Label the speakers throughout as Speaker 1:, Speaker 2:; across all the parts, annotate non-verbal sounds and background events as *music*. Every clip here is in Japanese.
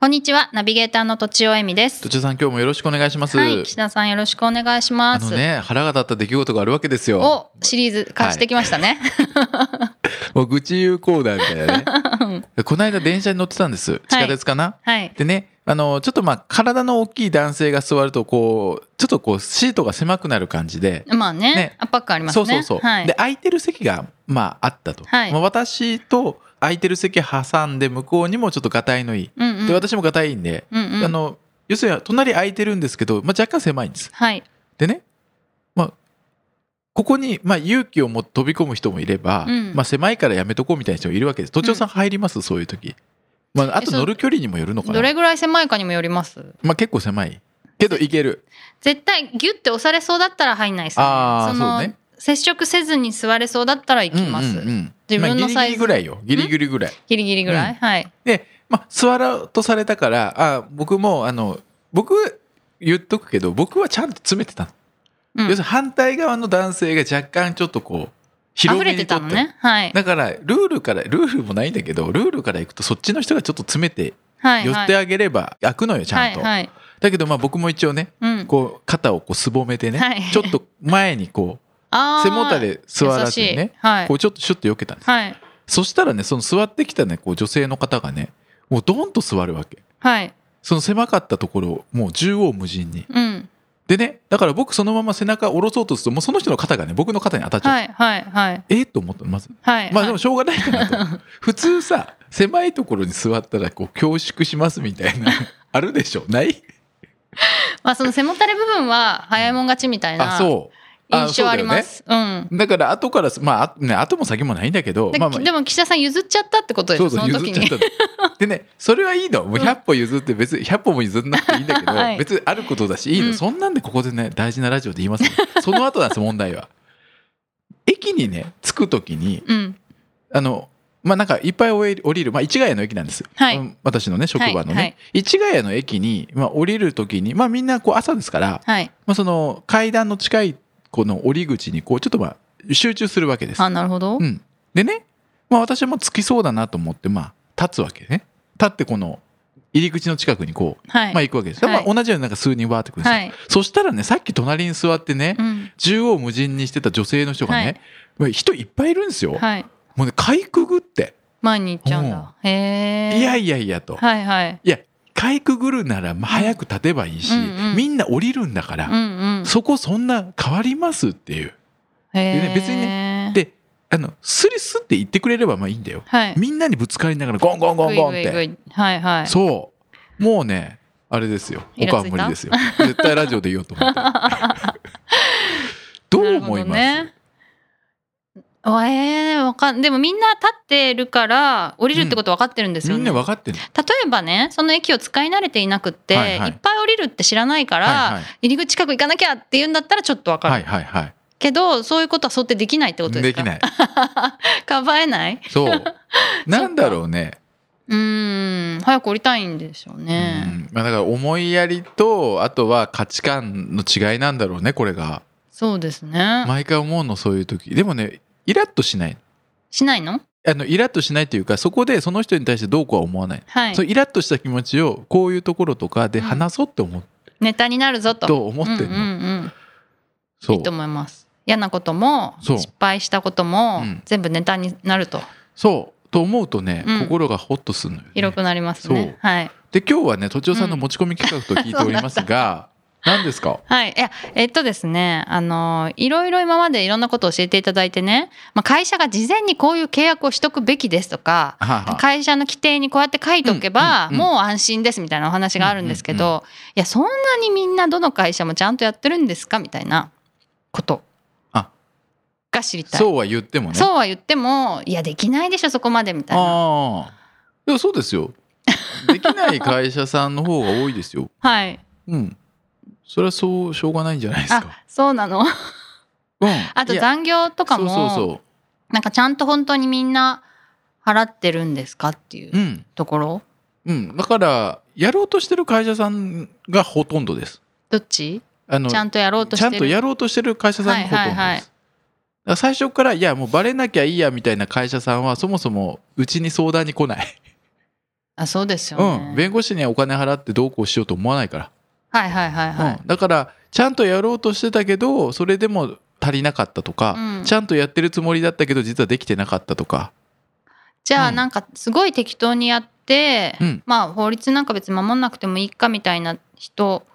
Speaker 1: こんにちはナビゲーターのとちおえみです
Speaker 2: 土地さん今日もよろしくお願いします、
Speaker 1: はい岸田さんよろしくお願いしま
Speaker 2: あ
Speaker 1: す
Speaker 2: のね腹が立った出来事があるわけですよ
Speaker 1: おシリーズ化してきましたね、
Speaker 2: もう愚痴言うコーナーみたいなね
Speaker 1: *laughs*
Speaker 2: この間電車に乗ってたんです地下鉄かな、
Speaker 1: はい、
Speaker 2: でねあのちょっとまあ体の大きい男性が座るとこうちょっとこうシートが狭くなる感じで
Speaker 1: まあね
Speaker 2: ね
Speaker 1: 圧迫感あります
Speaker 2: そ
Speaker 1: ね
Speaker 2: うそうそう、
Speaker 1: はい
Speaker 2: で空いてる席がまああったと、
Speaker 1: はい
Speaker 2: まあ、私と空いてる席挟んで向こうにもちょっとがたいのいい、
Speaker 1: うんうん、
Speaker 2: で私もがたいんで、
Speaker 1: うんうん、
Speaker 2: あの要するに隣空いてるんですけど、まあ、若干狭いんです
Speaker 1: はい
Speaker 2: でね、まあ、ここに、まあ、勇気をも飛び込む人もいれば、
Speaker 1: うん
Speaker 2: まあ、狭いからやめとこうみたいな人もいるわけです都庁さん入ります、そういう時、まあ、あと
Speaker 1: えそう
Speaker 2: 乗る距離にもよるのか
Speaker 1: ど
Speaker 2: な、
Speaker 1: れぐらい狭いかにもよります
Speaker 2: まあ、結構狭いけどいける
Speaker 1: 絶対ギュッて押されそうだったら入んないですよね
Speaker 2: あー
Speaker 1: その
Speaker 2: そうね
Speaker 1: 接触せずに座れそうだったら行きま
Speaker 2: う
Speaker 1: す、
Speaker 2: んうんうん
Speaker 1: 自分
Speaker 2: ま
Speaker 1: の
Speaker 2: あ
Speaker 1: サ
Speaker 2: ギリギ
Speaker 1: イ
Speaker 2: リ
Speaker 1: ズ
Speaker 2: ぐらいよギリギリぐらい
Speaker 1: ギリギリぐらい、
Speaker 2: うん
Speaker 1: はい
Speaker 2: で、まあ、座ろうとされたからあ僕もあの僕言っとくけど僕はちゃんと詰めてたの、
Speaker 1: うん
Speaker 2: 要するに反対側の男性が若干ちょっとこう広め
Speaker 1: 溢れ
Speaker 2: に
Speaker 1: て
Speaker 2: と
Speaker 1: た
Speaker 2: って
Speaker 1: のねはい
Speaker 2: だからルールからルールもないんだけどルールからいくとそっちの人がちょっと詰めて
Speaker 1: はい
Speaker 2: 寄
Speaker 1: は
Speaker 2: っ
Speaker 1: い
Speaker 2: てあげれば開くのよちゃんと、
Speaker 1: はいはい
Speaker 2: だけどまあ僕も一応ね
Speaker 1: うん、
Speaker 2: こう肩をこうすぼめてね、
Speaker 1: はい
Speaker 2: ちょっと前にこ
Speaker 1: *laughs* あ
Speaker 2: う
Speaker 1: ー
Speaker 2: 背もたれ座らずに
Speaker 1: 優しい
Speaker 2: ね
Speaker 1: はい
Speaker 2: こうちょっとシュッと避けたんです、
Speaker 1: はい
Speaker 2: そしたらねその座ってきたねこう女性の方がねもうドンと座るわけ
Speaker 1: はい
Speaker 2: その狭かったところをもう縦横無尽に
Speaker 1: うん
Speaker 2: でねだから僕そのまま背中を下ろそうとするともうその人の肩がね僕の肩に当たっちゃう、
Speaker 1: はいはいはい
Speaker 2: えっと思ったのまず
Speaker 1: はい
Speaker 2: まあでも
Speaker 1: はい
Speaker 2: しょうがないかな
Speaker 1: *laughs*
Speaker 2: と普通さ狭いところに座ったらこう恐縮しますみたい
Speaker 1: *laughs*
Speaker 2: なあるでしょない
Speaker 1: まあその背もたれ部分は早いもん勝ちみたい
Speaker 2: あ
Speaker 1: な
Speaker 2: そうあ
Speaker 1: 印象ありま、すうん
Speaker 2: そうだよね、だから後からすまああね後も先もないんだけど
Speaker 1: で
Speaker 2: まあまあ
Speaker 1: でも岸田さん譲っちゃったってことでし
Speaker 2: そ
Speaker 1: ょ
Speaker 2: う
Speaker 1: そ
Speaker 2: そう
Speaker 1: の
Speaker 2: 譲っ
Speaker 1: 時
Speaker 2: ちゃっ
Speaker 1: に
Speaker 2: たのでねそれはいい
Speaker 1: *laughs*
Speaker 2: のもう100歩譲って別に100歩も譲んなくていいんだけど、
Speaker 1: はい
Speaker 2: 別にあることだしいいの、
Speaker 1: うん
Speaker 2: そんなんでここでね大事なラジオで言いますよその後なんです問題
Speaker 1: *laughs*
Speaker 2: は駅にね着く時に
Speaker 1: うん
Speaker 2: あのまあなんかいっぱい降りる降りる、まあ、市ヶ谷の駅なんです、
Speaker 1: はい
Speaker 2: うん私のね職場のね、
Speaker 1: はいはい
Speaker 2: 市ヶ谷の駅に、まあ、降りる時に、まあ、みんなこう朝ですから、
Speaker 1: はい
Speaker 2: まあ、その階段の近いこの降り口にこうちょっとまあ集中するわけです
Speaker 1: あなるほ
Speaker 2: う
Speaker 1: ど
Speaker 2: ん、でね、まあ、私もつきそうだなと思って、まあ、立つわけね立ってこの入り口の近くにこう、
Speaker 1: はい
Speaker 2: まあ、行くわけです、でまあ
Speaker 1: はい
Speaker 2: 同じようになんか数人わーってくるんですよ、
Speaker 1: はい
Speaker 2: そしたらねさっき隣に座ってね、
Speaker 1: うん
Speaker 2: 縦横無尽にしてた女性の人がね、まあ人いっぱいいるんですよ、
Speaker 1: はい
Speaker 2: もうねかいくぐって、
Speaker 1: 前に行っちゃうんだへえ
Speaker 2: いやいやいやと、
Speaker 1: はいはい
Speaker 2: い、やかいくぐるならまあ早く立てばいいし、
Speaker 1: うんうん
Speaker 2: みんな降りるんだか
Speaker 1: う
Speaker 2: ら、
Speaker 1: んうん
Speaker 2: そこそんな変わりますっていう
Speaker 1: へえ
Speaker 2: ね別に
Speaker 1: ね
Speaker 2: であのスリスって言ってくれればまあいいんだよ
Speaker 1: はい
Speaker 2: みんなにぶつかりながらゴンゴンゴンゴンっ
Speaker 1: ぐい
Speaker 2: て。
Speaker 1: ぐいぐいはいはい
Speaker 2: そうもうねあれですよ
Speaker 1: イ
Speaker 2: 僕
Speaker 1: ラ
Speaker 2: は
Speaker 1: ついた
Speaker 2: 無理ですよ絶対ラジオで言おうと思って
Speaker 1: *laughs*
Speaker 2: どう思います、
Speaker 1: なるほどね、えー、わかんでもみんな立ってるから降りるってこと分かってるんです
Speaker 2: み
Speaker 1: よね、
Speaker 2: んな分かってるの
Speaker 1: 例えばねその駅を使い慣れていなくって、
Speaker 2: はい
Speaker 1: い
Speaker 2: はい
Speaker 1: っぱい降りるって知らないから、
Speaker 2: はい
Speaker 1: 入り口近く行かなきゃっていうんだったらちょっと分かる、
Speaker 2: はいはいはい
Speaker 1: けどそういうことは想定できないってこ
Speaker 2: は
Speaker 1: と
Speaker 2: い
Speaker 1: で
Speaker 2: です
Speaker 1: か
Speaker 2: き
Speaker 1: い
Speaker 2: ない
Speaker 1: かばえないう
Speaker 2: そうなんだろうね
Speaker 1: うーん早く降りたいんでしょう
Speaker 2: う
Speaker 1: ね、
Speaker 2: んまあだから思いやりとあとは価値観の違いなんだろうねこれが
Speaker 1: そうですね、
Speaker 2: 毎回思うのそういう時でもねイラッとしない
Speaker 1: しないの
Speaker 2: あのイラッとしないというかそこでその人に対してどうこうは思わない、
Speaker 1: はい
Speaker 2: そうイラッとした気持ちをこういうところとかで話そうって思,、
Speaker 1: ネタになるぞと
Speaker 2: と思って
Speaker 1: うん
Speaker 2: の、
Speaker 1: うんうん
Speaker 2: そう
Speaker 1: いいと思います嫌なことも
Speaker 2: そう
Speaker 1: 失敗したことも
Speaker 2: うん
Speaker 1: 全部ネタになると
Speaker 2: そうと思うとね、
Speaker 1: うん
Speaker 2: 心がホッとするのよね、
Speaker 1: 広くなります
Speaker 2: そう
Speaker 1: ね、はい
Speaker 2: で今日はねとちおさんの持ち込み企画と聞いており
Speaker 1: *laughs*
Speaker 2: ますが、何ですか
Speaker 1: はい。いや、えっとですね、あの、いろいろ今までいろんなことを教えていただいてね、まあ、会社が事前にこういう契約をしとくべきですとか、
Speaker 2: はあはあ
Speaker 1: 会社の規定にこうやって書いておけば、
Speaker 2: うんうんうん
Speaker 1: もう安心ですみたいなお話があるんですけど、
Speaker 2: うん
Speaker 1: いや、そんなにみんなどの会社もちゃんとやってるんですかみたいなこと
Speaker 2: あ
Speaker 1: が知りたい。
Speaker 2: そうは言ってもね
Speaker 1: そうは言っても、いや、できないでしょ、そこまでみたいな。
Speaker 2: ああ
Speaker 1: *laughs*
Speaker 2: いやそうですよできない会社さんの方が多いですよ
Speaker 1: はい。
Speaker 2: うんそれはそうしょうがないんじゃないですか
Speaker 1: あそうなの
Speaker 2: うん
Speaker 1: あと
Speaker 2: いや
Speaker 1: 残業とかも
Speaker 2: そうそう
Speaker 1: なんかちゃんと本当にみんな払ってるんですかっていう
Speaker 2: そううん
Speaker 1: ところ
Speaker 2: うんだからやろうとしてる会社さんがほとんどです
Speaker 1: どっち
Speaker 2: あの
Speaker 1: ちゃんとやろうとし
Speaker 2: ちゃ
Speaker 1: て
Speaker 2: んと
Speaker 1: る
Speaker 2: やろうとしてる会社さんがほとんどです、
Speaker 1: はいはいはい
Speaker 2: だから最初からいやもうバレなきゃいいやみたいな会社さんはそもそもうちに相談に来ない、
Speaker 1: あそうですよ
Speaker 2: う
Speaker 1: ね、
Speaker 2: ん、弁護士にはお金払ってどうこうしようと思わないから、
Speaker 1: はいはいはいはい
Speaker 2: うん、だからちゃんとやろうとしてたけどそれでも足りなかったとか、
Speaker 1: うん
Speaker 2: ちゃんとやってるつもりだったけど実はできてなかったとか
Speaker 1: じゃあ
Speaker 2: うん
Speaker 1: なんかすごい適当にやって、
Speaker 2: うん
Speaker 1: まあ法律なんか別に守んなくてもいいかみたいな人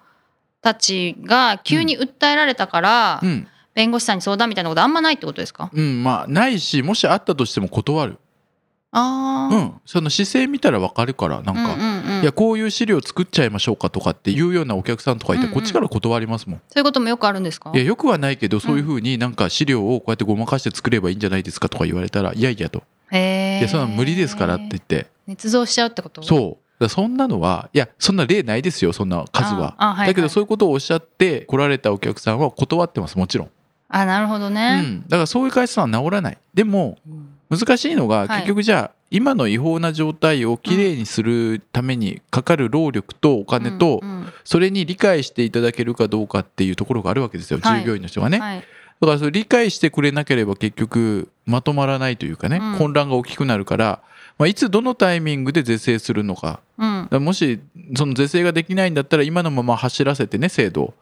Speaker 1: たちが急に訴えられたから、
Speaker 2: うん、
Speaker 1: 弁護士さんに相談みたいなことあんまないってことですか
Speaker 2: うん、まあないしもしあったとしても断る、
Speaker 1: あ
Speaker 2: う
Speaker 1: あ、
Speaker 2: ん、その姿勢見たらわかるからなんか、
Speaker 1: うんうんうん
Speaker 2: いやこういう資料作っちゃいましょうかとかっていうようなお客さんとかいたらこっちから断りますもん
Speaker 1: そういうこともよくあるんですか
Speaker 2: いやよくはないけどそういうふうになんか資料をこうやってごまかして作ればいいんじゃないですかとか言われたらいやいやと
Speaker 1: へ
Speaker 2: い
Speaker 1: え
Speaker 2: やそんなの無理ですからって言って
Speaker 1: 捏造しちゃうってこと
Speaker 2: そう
Speaker 1: う
Speaker 2: だからそんなのはいやそんな例ないですよそんな数は
Speaker 1: ああはいはい
Speaker 2: だけどそういうことをおっしゃって来られたお客さんは断ってますもちろん、
Speaker 1: あなるほど
Speaker 2: う
Speaker 1: ね、
Speaker 2: ん、だからそういう会社さんは治らないでも難しいのが
Speaker 1: はい
Speaker 2: 結局じゃあ今の違法な状態をきれいにするためにかかる労力とお金と
Speaker 1: うんうん
Speaker 2: それに理解していただけるかどうかっていうところがあるわけですよ
Speaker 1: はい
Speaker 2: 従業員の人がね
Speaker 1: はい
Speaker 2: だからそれ理解してくれなければ結局まとまらないというかね、
Speaker 1: うん
Speaker 2: 混乱が大きくなるから、まあ、いつどのタイミングで是正するのか
Speaker 1: うん
Speaker 2: だからもしその是正ができないんだったら今のまま走らせてね制度を、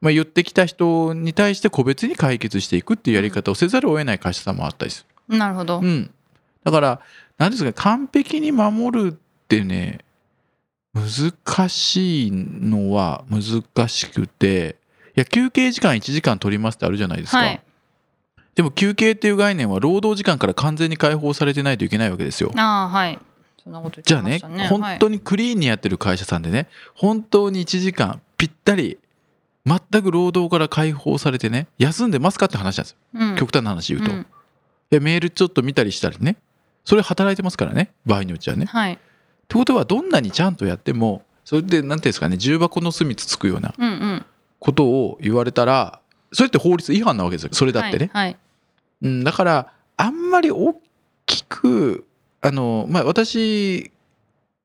Speaker 2: まあ、言ってきた人に対して個別に解決していくっていうやり方をせざるを得ない会社さんもあったりす
Speaker 1: なるほど、
Speaker 2: る、うん、だから何ですかね完璧に守るってね難しいのは難しくていや休憩時間1時間取りますってあるじゃないですか。
Speaker 1: はい
Speaker 2: でも休憩っていう概念は労働時間から完全に解放されてないといけないわけですよ。
Speaker 1: ああはいそんなこと
Speaker 2: じゃ
Speaker 1: 言
Speaker 2: あ
Speaker 1: ってま
Speaker 2: ね
Speaker 1: したね
Speaker 2: 本当にクリーンにやってる会社さんでね本当に1時間ぴったり全く労働から解放されてね休んでますかって話なんですよ、
Speaker 1: はいうん
Speaker 2: 極端な話言うと、
Speaker 1: うん
Speaker 2: でメールちょっと見たりしたりねそれ働いてますからね場合によっちゃね。
Speaker 1: はい
Speaker 2: ってことはどんなにちゃんとやってもそれで何ていうんですかね重箱の隅つつくような
Speaker 1: うんうん
Speaker 2: ことを言われたらそれって法律違反なわけですよそれだってね。
Speaker 1: はいはい
Speaker 2: うん、だからあんまり大きくあの、まあ、私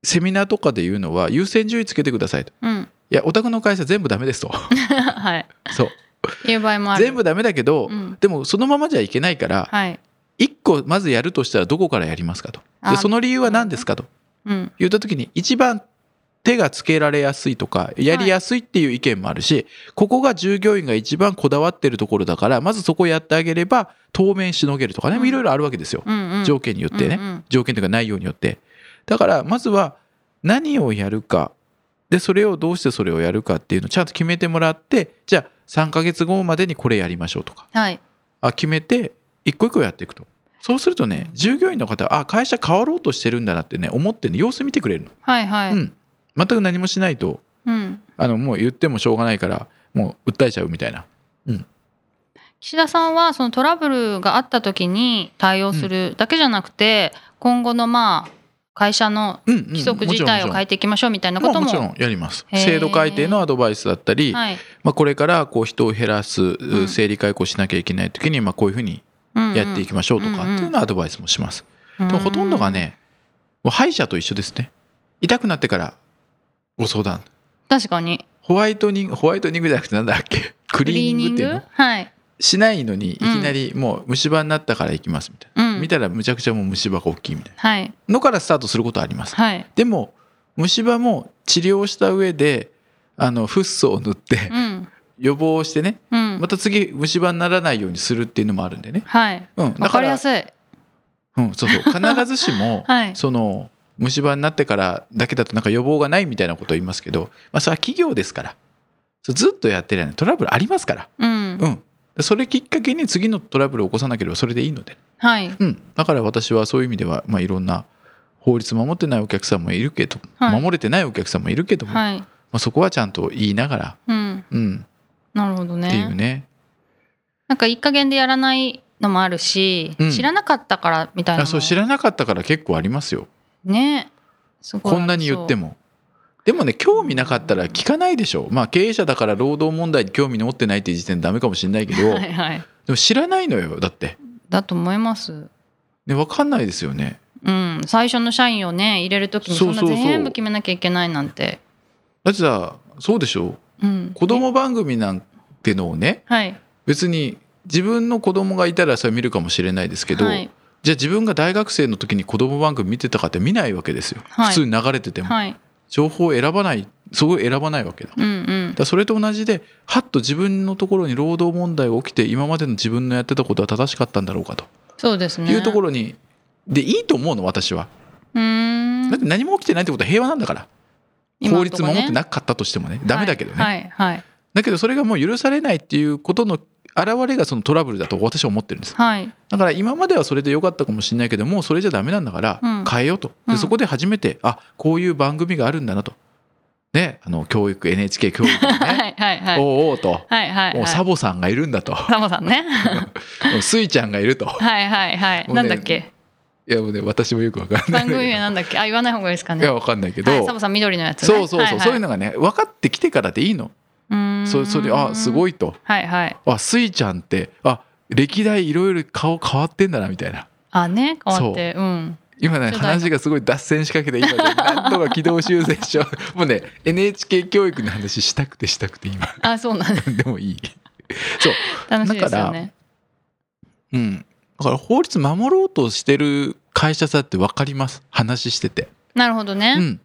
Speaker 2: セミナーとかで言うのは優先順位つけてくださいと
Speaker 1: うん *laughs*
Speaker 2: いやお宅の会社全部ダメですと *laughs*
Speaker 1: はい
Speaker 2: そう
Speaker 1: いう場合もある
Speaker 2: 全部ダメだけど、
Speaker 1: うん
Speaker 2: でもそのままじゃいけないから
Speaker 1: はい
Speaker 2: 1個まずやるとしたらどこからやりますかと
Speaker 1: あ
Speaker 2: でその理由は何ですかと
Speaker 1: うん
Speaker 2: 言った時に一番手がつけられやすいとかやりやすいっていう意見もあるし、ここが従業員が一番こだわってるところだからまずそこやってあげれば当面しのげるとかね、
Speaker 1: うん
Speaker 2: いろいろあるわけですよ。
Speaker 1: うんうん
Speaker 2: 条件によってね、
Speaker 1: うんうん
Speaker 2: 条件というか内容によってだからまずは何をやるかでそれをどうしてそれをやるかっていうのをちゃんと決めてもらってじゃあ3ヶ月後までにこれやりましょうとか
Speaker 1: はい
Speaker 2: あ決めて一個一個やっていくとそうするとね従業員の方はあ会社変わろうとしてるんだなってね思ってね様子見てくれるの、
Speaker 1: はいはい
Speaker 2: うん全く何もしないと
Speaker 1: うん
Speaker 2: あのもう言ってもしょうがないからもう訴えちゃうみたいな
Speaker 1: 岸田さんはそのトラブルがあった時に対応するだけじゃなくて、今後のまあ会社の
Speaker 2: うん、うん、
Speaker 1: 規則自体を変
Speaker 2: え
Speaker 1: えていきましょうみたいな
Speaker 2: た
Speaker 1: ことも,、
Speaker 2: もちろんやります
Speaker 1: へー
Speaker 2: 制度改定のアドバイスだったり、
Speaker 1: はい、
Speaker 2: まあ、これからこう人を減らす、うん整理解雇しなきゃいけない時にまあこういうふうにやってい
Speaker 1: く、
Speaker 2: きましょうとか
Speaker 1: うんうん
Speaker 2: っていうのをアドバイスもします。
Speaker 1: うん
Speaker 2: でもほとんどがねもう歯医者と一緒ですね痛くなってからご相談
Speaker 1: 確かに
Speaker 2: ホワイトニングホワイトニングじゃなくてなんだっけク
Speaker 1: クリ
Speaker 2: リ
Speaker 1: ー
Speaker 2: ーニ
Speaker 1: ニ
Speaker 2: ング
Speaker 1: ン
Speaker 2: って
Speaker 1: グ
Speaker 2: いうの
Speaker 1: はい、
Speaker 2: しないのにいきなりもう虫歯になったから行きますみたいな、
Speaker 1: うん、
Speaker 2: 見たらむちゃくちゃもう虫歯が大きいみたい
Speaker 1: はい
Speaker 2: なのからスタートすることはあります。
Speaker 1: はい
Speaker 2: でも虫歯も治療した上であのフッ素を塗って
Speaker 1: うん
Speaker 2: 予防してね
Speaker 1: うん、
Speaker 2: また次虫歯にならないようにするっていうのもあるんでね、
Speaker 1: はい
Speaker 2: うん、
Speaker 1: わ
Speaker 2: だ
Speaker 1: か
Speaker 2: か
Speaker 1: り
Speaker 2: ら
Speaker 1: やすい
Speaker 2: うん、そう
Speaker 1: *laughs*
Speaker 2: そう必ずしも、
Speaker 1: はい
Speaker 2: その虫歯になってからだけだとなんか予防がないみたいなことを言いますけど、まあ、それは企業ですからそうずっとやってるよねトラブルありますから、
Speaker 1: うん、
Speaker 2: うん、それきっかけに次のトラブルを起こさなければそれでいいので、
Speaker 1: はい
Speaker 2: うん、だから私はそういう意味では、まあ、いろんな法律守ってないお客さんもいるけど、
Speaker 1: はい
Speaker 2: 守れてないお客さんもいるけども、
Speaker 1: はい
Speaker 2: まあ、そこはちゃんと言いながら、
Speaker 1: うん
Speaker 2: うん、
Speaker 1: なるほどね
Speaker 2: っていうね
Speaker 1: なんかいい加減でやらないのもあるし、
Speaker 2: うん
Speaker 1: 知らなかったからみたいなの
Speaker 2: あ
Speaker 1: も
Speaker 2: そう知らなかったから結構ありますよ
Speaker 1: ねすごい
Speaker 2: こんなに言って
Speaker 1: も
Speaker 2: もでもね興味なかったら聞かないでしょまあ経営者だから労働問題に興味持ってないっていう時点でダメかもしれないけど、
Speaker 1: はいはい。
Speaker 2: でも知らないのよだって、
Speaker 1: だと思います。
Speaker 2: ね、分かんないですよね
Speaker 1: うん、最初の社員をね入れるときにそんな
Speaker 2: そうそうそう
Speaker 1: 全部決めなきゃいけないなんて。
Speaker 2: だってさそうでしょ
Speaker 1: うん。
Speaker 2: 子供番組なんてのをね
Speaker 1: はい。
Speaker 2: 別に自分の子供がいたらそれ見るかもしれないですけど、
Speaker 1: はい
Speaker 2: じゃあ自分が大学生の時に子供番組見てたかって見ないわけですよ、
Speaker 1: はい
Speaker 2: 普通に流れてても、
Speaker 1: はい。
Speaker 2: 情報を選ばないそこを選ばないわけだだか
Speaker 1: うんうん。
Speaker 2: らそれと同じではっと自分のところに労働問題が起きて今までの自分のやってたことは正しかったんだろうかと
Speaker 1: そうですね。
Speaker 2: いうとこ
Speaker 1: ろ。
Speaker 2: ろに、でいいと思うの私は
Speaker 1: うーん
Speaker 2: だっ。て何も起きてないってことは平和なんだから、
Speaker 1: 今
Speaker 2: 法
Speaker 1: のと
Speaker 2: 律
Speaker 1: こね
Speaker 2: 守ってなかったとしてもねダメだけどね、
Speaker 1: はいはい
Speaker 2: だけどそれがもう許されないっていうことの表れがそのトラブルだと私は思ってるんです
Speaker 1: はい。はい
Speaker 2: だから今まではそれで良かったかもしれないけどもうそれじゃダメなんだから
Speaker 1: うん
Speaker 2: 変えようと、
Speaker 1: うん
Speaker 2: でそこで初めてあこういう番組があるんだなとねあの教育 NHK 教育のね、
Speaker 1: *laughs* はいはいはい。
Speaker 2: おうおうと、
Speaker 1: はいはい
Speaker 2: もう
Speaker 1: はい。
Speaker 2: サボさんがいるんだと
Speaker 1: サボさんね。
Speaker 2: *laughs* もうスイちゃんがいると
Speaker 1: はいはいはい。
Speaker 2: もうね
Speaker 1: なんだっけ
Speaker 2: いやもうね私もよくわかん *laughs* ない
Speaker 1: 番組名なんだっけあ、言わない方がいいですか
Speaker 2: い
Speaker 1: ね。
Speaker 2: や
Speaker 1: は
Speaker 2: わかんないけど、
Speaker 1: い、サボさん緑のやつね。
Speaker 2: そうそうそう、そういう
Speaker 1: の。
Speaker 2: のがね分かってきてからでいいの
Speaker 1: うーん
Speaker 2: そそれあすご
Speaker 1: い。
Speaker 2: いと
Speaker 1: はいはい。
Speaker 2: あスイちゃんってあ歴代いろいろ顔変わってんだなみたいな
Speaker 1: あ、ね、変わって。うん。
Speaker 2: 今ね
Speaker 1: 初代の
Speaker 2: 話がすごい脱線しかけて今ねなんとか軌道修正しよ
Speaker 1: *laughs*
Speaker 2: うもうね NHK 教育の話したくてしたくて今
Speaker 1: あ、そ
Speaker 2: *laughs*
Speaker 1: うなんだ。
Speaker 2: でもいい
Speaker 1: 楽しいですよね。
Speaker 2: うんだから法律守ろうとしてる会社さんって分かります話してて
Speaker 1: なるほどね。
Speaker 2: うん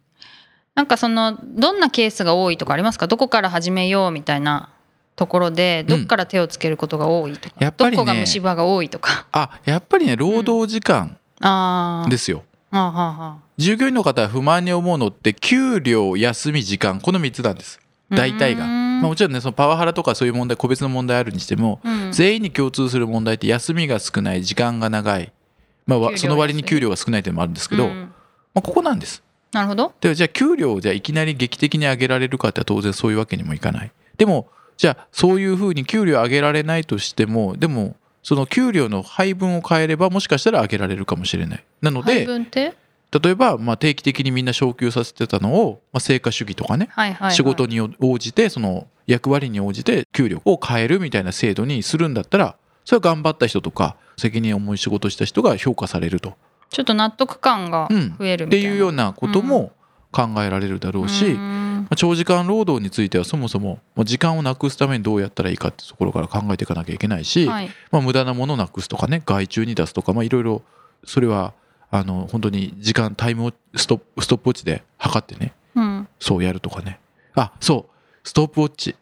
Speaker 1: なんかその、どんなケースが多いとかありますかどこから始めようみたいなところで、どっから手をつけることが多いとか、
Speaker 2: やっぱりね
Speaker 1: どこが虫歯が多いとか。
Speaker 2: あやっぱりね労働時間
Speaker 1: ああ。
Speaker 2: ですよ、
Speaker 1: はあはあはあ
Speaker 2: 従業員の方は不満に思うのって給料休み時間この3つなんです大体が
Speaker 1: うーん
Speaker 2: まあ、もちろんねそのパワハラとかそういう問題個別の問題あるにしても、
Speaker 1: うん
Speaker 2: 全員に共通する問題って休みが少ない時間が長い、まあ
Speaker 1: 給料が安
Speaker 2: わ、
Speaker 1: い
Speaker 2: その割に給料が少ないっていうのもあるんですけど、
Speaker 1: う
Speaker 2: ま
Speaker 1: ん
Speaker 2: あ、ここなんです
Speaker 1: なるほど。
Speaker 2: でじゃあ給料をじゃあいきなり劇的に上げられるかって当然そういうわけにもいかないでもじゃあそういうふうに給料上げられないとしてもでもその給料の配分を変えればもしかしたら上げられるかもしれないなの
Speaker 1: 配
Speaker 2: で
Speaker 1: 分って
Speaker 2: 例えばまあ定期的にみんな昇給させてたのを、まあ、成果主義とかね
Speaker 1: はいはいはい。
Speaker 2: 仕事によ応じてその役割に応じて給料を変えるみたいな制度にするんだったらそれは頑張った人とか責任重い仕事した人が評価されると、
Speaker 1: ちょっと納得感が
Speaker 2: うん、
Speaker 1: 増える
Speaker 2: っ
Speaker 1: みた
Speaker 2: て
Speaker 1: いな、
Speaker 2: いうようなことも考えられるだろうし、
Speaker 1: ー
Speaker 2: ま
Speaker 1: ん
Speaker 2: あ長時間労働についてはそもそももう時間をなくすためにどうやったらいいかってところから考えていかなきゃいけないし、
Speaker 1: はい、
Speaker 2: まあ、無駄なものをなくすとかね外注に出すとかまあいろいろそれはあの本当に時間タイムをストップストップウォッチで測ってね
Speaker 1: うん、
Speaker 2: そうやるとかねあそうストップウォッチ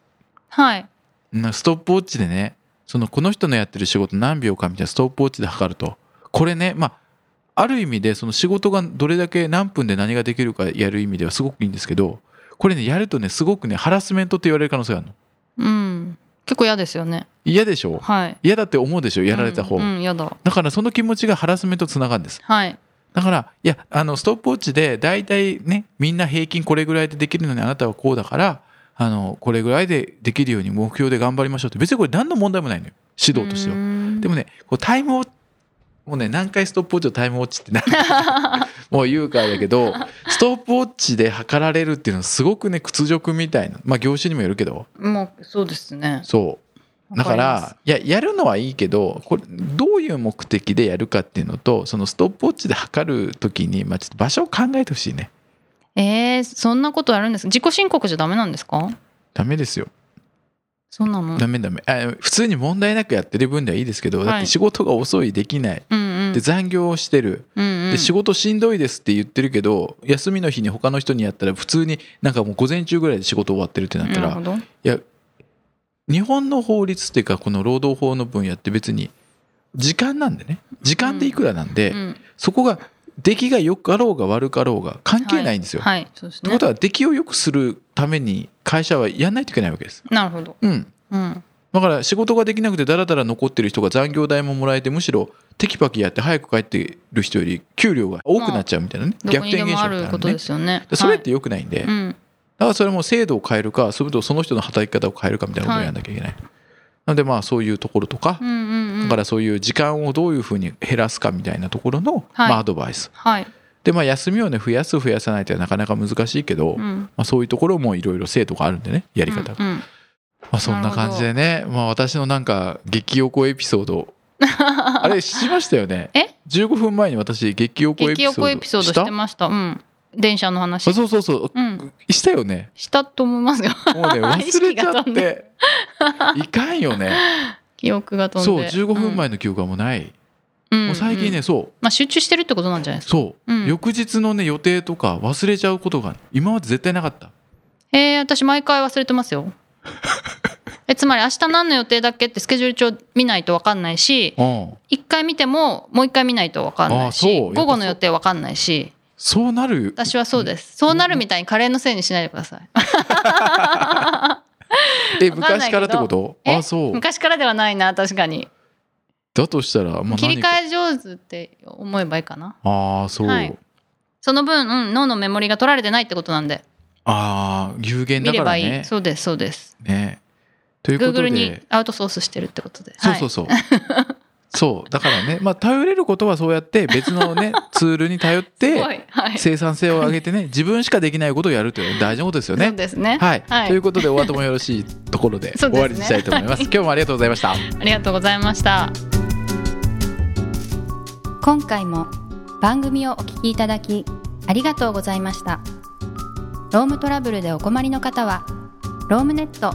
Speaker 1: はい、
Speaker 2: なストップウォッチでねそのこの人のやってる仕事何秒かみたいなストップウォッチで測るとこれねまあある意味でその仕事がどれだけ何分で何ができるかやる意味ではすごくいいんですけどこれねやるとねすごくねハラスメントって言われる可能性があるの
Speaker 1: うん、結構嫌ですよね。
Speaker 2: 嫌でしょ
Speaker 1: はい。
Speaker 2: 嫌だって思うでしょやられた方、
Speaker 1: うん、うん嫌だ。
Speaker 2: だからその気持ちがハラスメントとつながるんです
Speaker 1: はい。
Speaker 2: だからいやあのストップウォッチで大体ねみんな平均これぐらいでできるのにあなたはこうだからあのこれぐらいでできるように目標で頑張りましょうって別にこれ何の問題もないのよ指導としては
Speaker 1: うー。ん
Speaker 2: でもね、こうタイムを、もうね、何回ストップウォッチをタイムウォッチって *laughs* 何回もう言うからだけど、ストップウォッチで測られるっていうのはすごくね、屈辱みたいな。まあ業種にもよるけど、
Speaker 1: もうそうですね。
Speaker 2: そう。だか
Speaker 1: わります
Speaker 2: ら、いや、やるのはいいけど、これ、どういう目的でやるかっていうのと、そのストップウォッチで測るときに、まあちょっと場所を考えてほしいね。
Speaker 1: えー、そんなことやるんですか。自己申告じゃダメなんですか。
Speaker 2: ダメですよ。
Speaker 1: そんなの。
Speaker 2: ダメダメ。あ普通に問題なくやってる分ではいいですけど、だっ
Speaker 1: は
Speaker 2: て
Speaker 1: い
Speaker 2: 仕事が遅い、できない。
Speaker 1: うんうん。
Speaker 2: で、残業をしてる。
Speaker 1: うんう
Speaker 2: で
Speaker 1: ん。
Speaker 2: 仕事しんどいですって言ってるけど休みの日に他の人にやったら普通になんかもう午前中ぐらいで仕事終わってるってなった
Speaker 1: なる
Speaker 2: ら、
Speaker 1: ほど。
Speaker 2: いや日本の法律っていうかこの労働法の分野って別に時間なんでね時間でいくらなんで、
Speaker 1: うん。
Speaker 2: そこが出来が良かろうが悪かろうが関係ないんですよ。
Speaker 1: はい、そうです
Speaker 2: という
Speaker 1: ね
Speaker 2: こと。は出来を良くするために会社はやんないといけないわけです。
Speaker 1: なるほど。
Speaker 2: うん
Speaker 1: うん。
Speaker 2: だから仕事ができなくてダラダラ残ってる人が残業代ももらえてむしろテキパキやって早く帰ってる人より給料が多くなっちゃうみたいなね、
Speaker 1: どこ
Speaker 2: 逆
Speaker 1: にで
Speaker 2: 転現
Speaker 1: も
Speaker 2: 象
Speaker 1: あ
Speaker 2: みたい
Speaker 1: る
Speaker 2: な
Speaker 1: こ
Speaker 2: の
Speaker 1: と
Speaker 2: ね
Speaker 1: ですよね。
Speaker 2: でそれって良くないんで、
Speaker 1: はい、うん。
Speaker 2: だからそれも制度を変えるかそれともその人の働き方を変えるかみたいなことをやんなきゃいけない、なのでまあそういうところとか
Speaker 1: う、んうんうん。
Speaker 2: だからそういう時間をどういうふうに減らすかみたいなところの、
Speaker 1: はい
Speaker 2: まあ、アドバイス
Speaker 1: はい。
Speaker 2: でまあ休みをね増やす増やさないってなかなか難しいけど、
Speaker 1: う
Speaker 2: ま
Speaker 1: ん
Speaker 2: あ、そういうところもいろいろ制度があるんでねやり方が、
Speaker 1: うんうん
Speaker 2: まあ、そんな感じでね、まあ、私のなんか激おこエピソー
Speaker 1: *laughs*
Speaker 2: ドあれしましたよね
Speaker 1: え
Speaker 2: ?15 分前に私激おこエピ
Speaker 1: 激
Speaker 2: ソ
Speaker 1: お
Speaker 2: ード
Speaker 1: こエピソードしてましたうん電車の話
Speaker 2: あそうそうそう
Speaker 1: うん
Speaker 2: したよね
Speaker 1: したと思いますよ
Speaker 2: もうね
Speaker 1: 意
Speaker 2: 忘れ
Speaker 1: 識
Speaker 2: ちゃ
Speaker 1: が
Speaker 2: っ
Speaker 1: 飛んで
Speaker 2: ていかんよね
Speaker 1: *laughs* 記憶が飛ん
Speaker 2: そう
Speaker 1: で
Speaker 2: 15分前の記憶はもうない、
Speaker 1: うん
Speaker 2: もう最近
Speaker 1: ん
Speaker 2: ね
Speaker 1: ん
Speaker 2: そう
Speaker 1: まあ集中してるってことなんじゃないですか
Speaker 2: そう、
Speaker 1: うん
Speaker 2: 翌日のね予定とか忘れちゃうことが今まで絶対なかった
Speaker 1: えー、私毎回忘れてま
Speaker 2: *laughs*
Speaker 1: すよえつまり明日何の予定だっけってスケジュール帳見ないと分かんないし
Speaker 2: うん
Speaker 1: 一回見てももう一回見ないと分かんない
Speaker 2: あー
Speaker 1: し
Speaker 2: そう
Speaker 1: 午後の予定分かんないし
Speaker 2: そうなる
Speaker 1: 私はそうですそうなるみたいにカレーのせいにしないでください
Speaker 2: え
Speaker 1: わかんない
Speaker 2: 昔
Speaker 1: けど
Speaker 2: からってこと
Speaker 1: え
Speaker 2: あそう
Speaker 1: *laughs* 昔からではないな確かに
Speaker 2: だとしたら、まあ、
Speaker 1: 切り
Speaker 2: 何か
Speaker 1: 替え上手って思えばいいかな
Speaker 2: ああそう、
Speaker 1: はいその分、うん、脳のメモリが取られてないってことなんで
Speaker 2: ああ有限
Speaker 1: 見
Speaker 2: だ
Speaker 1: れ
Speaker 2: から
Speaker 1: ばいい、
Speaker 2: ね
Speaker 1: そうですそうです
Speaker 2: ねということで
Speaker 1: Google にアウトソースしてるってことで
Speaker 2: そうそう
Speaker 1: そ
Speaker 2: そう、そ
Speaker 1: *laughs*
Speaker 2: うだからねまあ頼れることはそうやって別の
Speaker 1: *laughs*
Speaker 2: ねツールに頼っ
Speaker 1: すご
Speaker 2: て
Speaker 1: いはい
Speaker 2: 生産性を上げてね自分しかできないことをやるという大事なことですよ
Speaker 1: そう
Speaker 2: ね
Speaker 1: ですね
Speaker 2: はい、
Speaker 1: はい
Speaker 2: ということでお後もよろしいところで
Speaker 1: *laughs* そ
Speaker 2: 終
Speaker 1: う
Speaker 2: わり
Speaker 1: ですね
Speaker 2: にしたいと思います今日もありがとうございました
Speaker 1: ありがとうございました
Speaker 3: 今回も番組をお聞きいただきありがとうございましたロームトラブルでお困りの方は「ロームネット」